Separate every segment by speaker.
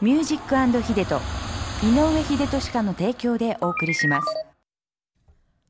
Speaker 1: ミュージックヒデと井上秀俊家の提供でお送りします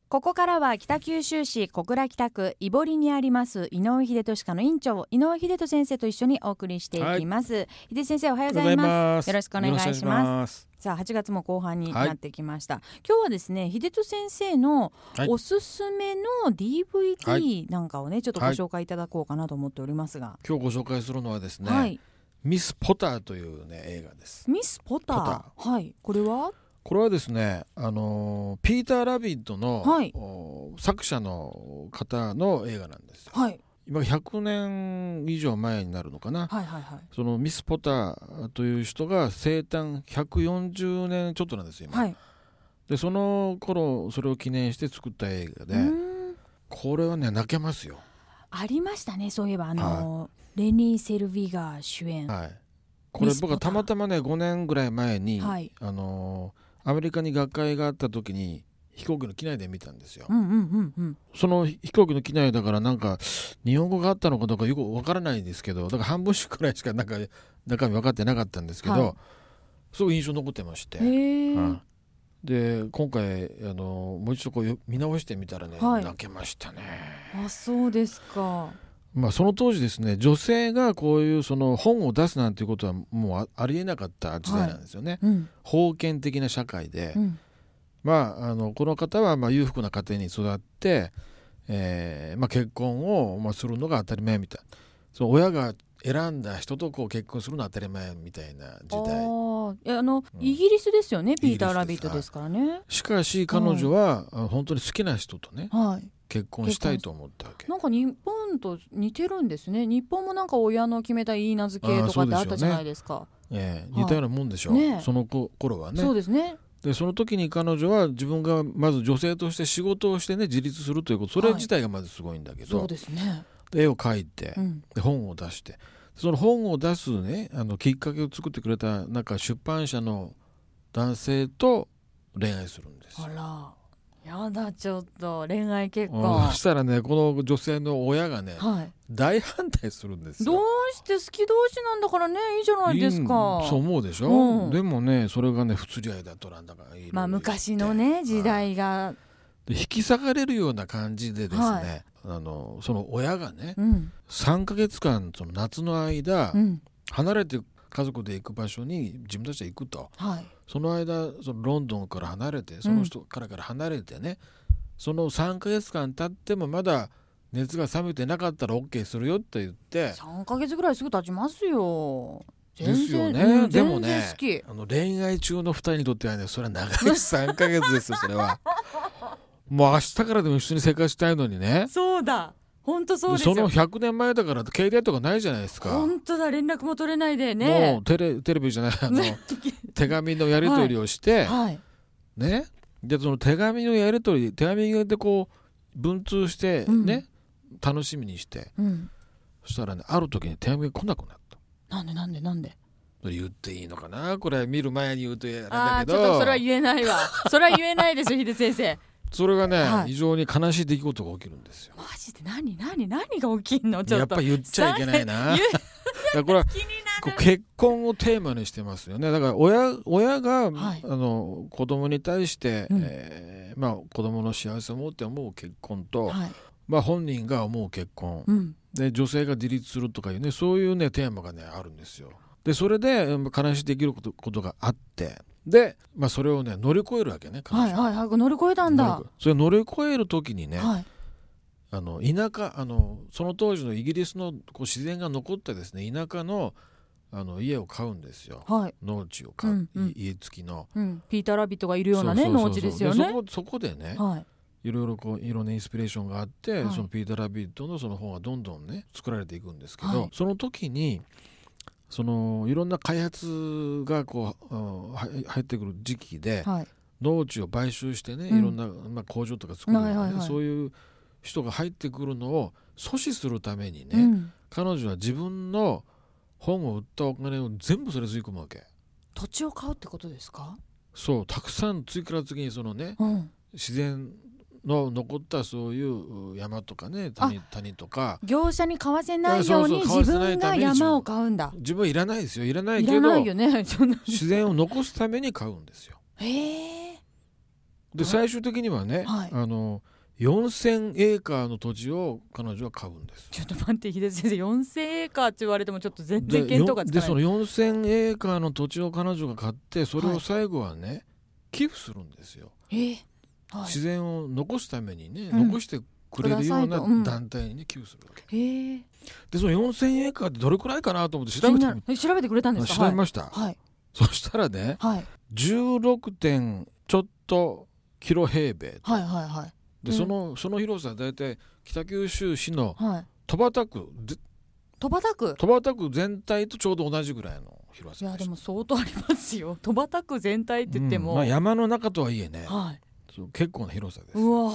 Speaker 1: ここからは北九州市小倉北区井堀にあります井上秀俊家の院長井上秀俊先生と一緒にお送りしていきます、秀先生おはようございますよろしくお願いします
Speaker 2: す。
Speaker 1: さあ8月も後半に
Speaker 2: はい
Speaker 1: なってきました、今日はですね秀俊先生の
Speaker 2: はい
Speaker 1: おすすめの
Speaker 2: は
Speaker 1: DVD なんかをねちょっとご
Speaker 2: はい
Speaker 1: 紹介いただこうかなと思っておりますが、
Speaker 2: 今日ご紹介するのはですね、
Speaker 1: はい、
Speaker 2: ミス・ポターというね映画です。
Speaker 1: ミス・ポター
Speaker 2: ポ
Speaker 1: はいこれは
Speaker 2: これはですね、あのーピーター・ラビッドの、
Speaker 1: はい
Speaker 2: お作者の方の映画なんですよ。
Speaker 1: はい
Speaker 2: 今100年以上前になるのかな。
Speaker 1: はいはいはい
Speaker 2: そのミス・ポターという人が生誕140年ちょっとなんですよ今、
Speaker 1: はい
Speaker 2: でその頃それを記念して作った映画で、
Speaker 1: うーん
Speaker 2: これはね泣けますよ、
Speaker 1: ありましたねそういえばあの、レニー・セルビガー主演は
Speaker 2: はい、これ
Speaker 1: ミスポ
Speaker 2: 僕
Speaker 1: ター
Speaker 2: はたまたまね5年ぐらい前に、
Speaker 1: い、
Speaker 2: あのーアメリカに学会があった時に飛行機の機内で見たんですよ、
Speaker 1: うんうんうんうん
Speaker 2: その飛行機の機内だからなんか日本語があったのかどうかよくわからないんですけどだから半分くらいしかなんか中身分かってなかったんですけど、
Speaker 1: はい
Speaker 2: すごい印象に残ってまして、
Speaker 1: へえ、
Speaker 2: はいで今回、あのーもう一度こうよ見直してみたらね、
Speaker 1: はい
Speaker 2: 泣けましたね、
Speaker 1: あそうですか
Speaker 2: まあ、その当時ですね女性がこういうその本を出すなんていうことはもうあありえなかった時代なんですよね、
Speaker 1: うん
Speaker 2: 封建的な社会で、
Speaker 1: うん
Speaker 2: まあ、あのこの方はまあ裕福な家庭に育って、えーまあ、結婚をまあするのが当たり前みたいその親が選んだ人とこう結婚するのは当たり前みたいな時代
Speaker 1: ああいやあの、
Speaker 2: うん
Speaker 1: イギリスですよね
Speaker 2: ギリ
Speaker 1: ピータ
Speaker 2: スで
Speaker 1: ー・
Speaker 2: す
Speaker 1: ラビットですからね
Speaker 2: しかし彼女は、あ本当に好きな人とね
Speaker 1: はい
Speaker 2: 結婚したいと思ったわけ。
Speaker 1: なんか日本と似てるんですね日本もなんか親の決めたいい名付けとかってあ
Speaker 2: あーそうですよね
Speaker 1: ったじゃないですか
Speaker 2: ええ
Speaker 1: はい
Speaker 2: 似たようなもんでしょう、
Speaker 1: ねえ
Speaker 2: そのこ頃はね
Speaker 1: そうですね
Speaker 2: でその時に彼女は自分がまず女性として仕事をしてね自立するということそれ自体がまずすごいんだけど、
Speaker 1: そうですね
Speaker 2: で絵を描いて、
Speaker 1: うん
Speaker 2: で本を出してその本を出すねあのきっかけを作ってくれたなんか出版社の男性と恋愛するんですよ
Speaker 1: あらやだちょっと恋愛結婚
Speaker 2: うんそ
Speaker 1: は
Speaker 2: したらねこの女性の親がね
Speaker 1: い
Speaker 2: 大反対するんですよ
Speaker 1: どうして好き同士なんだからねいいじゃないですか
Speaker 2: いいそう思うでしょ、
Speaker 1: うん
Speaker 2: でもねそれがね不釣り合いだとなんだかいろいろ
Speaker 1: まあ昔のね時代が
Speaker 2: で引き裂かれるような感じでですね、
Speaker 1: は
Speaker 2: あのその親がね
Speaker 1: うん
Speaker 2: 3ヶ月間その夏の間、
Speaker 1: うん
Speaker 2: 離れて家族で行く場所に自分たちで行くと、
Speaker 1: はい
Speaker 2: その間そのロンドンから離れてその人からから離れてね、その3ヶ月間経ってもまだ熱が冷めてなかったら OK するよって言って
Speaker 1: 三ヶ月ぐらいすぐ経ちますよ
Speaker 2: で
Speaker 1: 全
Speaker 2: す
Speaker 1: 然
Speaker 2: よね、
Speaker 1: うん
Speaker 2: でも
Speaker 1: 全然
Speaker 2: ね
Speaker 1: 好き
Speaker 2: あの恋愛中の2人にとってはねそれは長い3 ヶ月ですよそれはもう明日からでも一緒に生活したいのにね
Speaker 1: そうだ本当そう
Speaker 2: で
Speaker 1: ですよ
Speaker 2: その100年前だから携帯とかないじゃないですか、
Speaker 1: 本当だ連絡も取れないで
Speaker 2: も
Speaker 1: ね
Speaker 2: うテレテレビじゃないあの手紙のやり取りをして、
Speaker 1: はい
Speaker 2: ね、でその手紙のやり取り手紙でこう文通して
Speaker 1: うん
Speaker 2: ね、楽しみにして
Speaker 1: うん
Speaker 2: そしたらねある時に手紙が来なくなった
Speaker 1: なんでなんでなんで
Speaker 2: それ言っていいのかなこれ見る前に言うと嫌な
Speaker 1: ああ
Speaker 2: んだけ
Speaker 1: ちょっと
Speaker 2: ど
Speaker 1: それは言えない わそれは言えないですよ秀先生
Speaker 2: それがね、
Speaker 1: はい
Speaker 2: 非常に悲しい出来事が起きるんですよ
Speaker 1: マジで何何何が起きんのちょ
Speaker 2: や
Speaker 1: っ
Speaker 2: っ
Speaker 1: と
Speaker 2: ぱ言っちゃいけないな だからこれは
Speaker 1: 気に
Speaker 2: こう結婚をテーマにしてますよねだから親親が、
Speaker 1: はい
Speaker 2: あの子供に対して、
Speaker 1: うん
Speaker 2: えーまあ、子供の幸せを持って思う結婚と、
Speaker 1: なるはい
Speaker 2: まあ、本人が思う結婚
Speaker 1: うん
Speaker 2: で女性が自立するとかいうねそういうねテーマがねあるんですよ。でそれでうん悲しいできることことがあってで、まあ、それをね乗り越えるわけね彼
Speaker 1: はい
Speaker 2: 女
Speaker 1: はいはい乗り越えたんだ
Speaker 2: 乗り越えそれ乗り越える時にね、
Speaker 1: はい
Speaker 2: あの田舎あのその当時のイギリスのこう自然が残ったですね田舎のあの家を買うんですよ
Speaker 1: はい
Speaker 2: 農地を買う、
Speaker 1: うんうん
Speaker 2: い家付きの。
Speaker 1: うんピーターラビットがいるようなね
Speaker 2: そうそうそう
Speaker 1: 農地ですよね
Speaker 2: そこそこでね
Speaker 1: はい
Speaker 2: いろいろこういろんなインスピレーションがあって、
Speaker 1: はい
Speaker 2: そのピーター・ラビットのその本はどんどんね作られていくんですけど、
Speaker 1: はい
Speaker 2: その時にそのいろんな開発がこう、うんは入ってくる時期で、
Speaker 1: はい
Speaker 2: 農地を買収してねい
Speaker 1: うん
Speaker 2: ろんな、まあ、工場とか作るとかね、
Speaker 1: はいはいはい
Speaker 2: そういう人が入ってくるのを阻止するためにね、
Speaker 1: うん
Speaker 2: 彼女は自分の本を売ったお金を全部それ吸い込むわけ。
Speaker 1: 土地を買うってことですか
Speaker 2: そうたくさん次から次にそのね
Speaker 1: うん
Speaker 2: 自然の残ったそういう山とかね谷谷とか
Speaker 1: 業者に買わせないように
Speaker 2: そうそう
Speaker 1: 自
Speaker 2: 買わせな
Speaker 1: 分
Speaker 2: いた
Speaker 1: が
Speaker 2: めに
Speaker 1: 山を買うんだ
Speaker 2: 自分はいらないですよいらない
Speaker 1: い
Speaker 2: け
Speaker 1: ら
Speaker 2: ど
Speaker 1: ないよね そんな
Speaker 2: 自然を残すために買うんですよ。
Speaker 1: へえ
Speaker 2: で
Speaker 1: はい
Speaker 2: 最終的にはね、
Speaker 1: はい
Speaker 2: あの4,000エーカーの土地を彼女は買うんです。
Speaker 1: ちょっと待って秀先生4000エーカーって言われてもちょっと全
Speaker 2: で
Speaker 1: 然見当がつ
Speaker 2: で
Speaker 1: か
Speaker 2: そ
Speaker 1: ない
Speaker 2: の4,000エーカーの土地を彼女が買ってそれ
Speaker 1: は
Speaker 2: を
Speaker 1: い
Speaker 2: 最後はね寄付するんですよ。
Speaker 1: ええはい
Speaker 2: 自然を残すためにね、
Speaker 1: うん
Speaker 2: 残してくれるよう
Speaker 1: くださいとうん
Speaker 2: な団体にね寄付するわけ。
Speaker 1: へえ
Speaker 2: でその4,000エーカーってどれくらいかなと思って調べてみ
Speaker 1: え調べてくれたんで
Speaker 2: あ
Speaker 1: す
Speaker 2: 調
Speaker 1: か
Speaker 2: べました、
Speaker 1: はい
Speaker 2: そしたらね
Speaker 1: はい
Speaker 2: 16点ちょっとキロ平米
Speaker 1: はいはいはい
Speaker 2: で、
Speaker 1: うん
Speaker 2: そのその広さ大体北九州市の
Speaker 1: はいはい
Speaker 2: 戸畑区で
Speaker 1: 戸畑区
Speaker 2: 戸畑区全体とちょうど同じぐらいの広
Speaker 1: い
Speaker 2: さ
Speaker 1: や
Speaker 2: で
Speaker 1: で
Speaker 2: した
Speaker 1: も相当ありますよ戸畑区全体って言っても、
Speaker 2: うんまあ、山の中とはいえね
Speaker 1: はい
Speaker 2: そう結構な広さです、
Speaker 1: うわ
Speaker 2: はい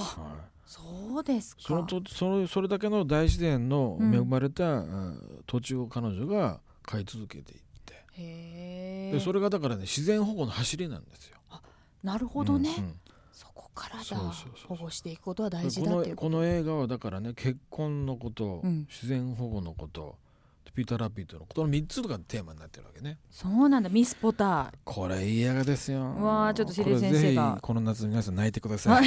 Speaker 1: そうですか
Speaker 2: そのとそのそれだけの大自然の
Speaker 1: うん
Speaker 2: 恵まれた、うん土地を彼女が買い続けていって、
Speaker 1: へ
Speaker 2: で
Speaker 1: え
Speaker 2: それがだからね自然保護の走りなんですよ。
Speaker 1: なるほどね、
Speaker 2: うんうん
Speaker 1: そこから
Speaker 2: そ
Speaker 1: だ
Speaker 2: うそうそうそう
Speaker 1: 保護していくことは
Speaker 2: で
Speaker 1: 大事
Speaker 2: こ
Speaker 1: だっ
Speaker 2: の
Speaker 1: ていう
Speaker 2: この映画はだからね結婚のこと、
Speaker 1: うん
Speaker 2: 自然保護のことピーター・ラピットのことの3つがテーマになってるわけね
Speaker 1: そうなんだミスポ タ
Speaker 2: これいい映画ですよ
Speaker 1: うわーちょっとシリーズ
Speaker 2: これ
Speaker 1: 先生
Speaker 2: ぜ
Speaker 1: が
Speaker 2: ひこの夏皆さん泣いてくだ
Speaker 1: ー、
Speaker 2: さい、
Speaker 1: はい、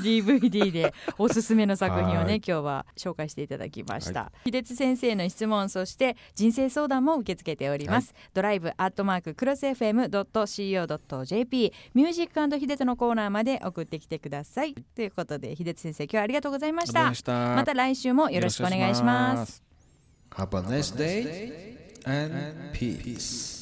Speaker 1: DVD でおすすめの作品を
Speaker 2: は
Speaker 1: ね
Speaker 2: い
Speaker 1: 今日は紹介していただきました、秀津先生の質問そして人生相談も受け付けております、ドライブアットマーククロス FM.co.jp ミュージック秀津のコーナーまで送ってきてくださいということで秀津先生今日はありがとうございました
Speaker 2: ありがとうございました
Speaker 1: また来週もよろしくお願いします
Speaker 2: よろしくお願いします Have a nice day and peace.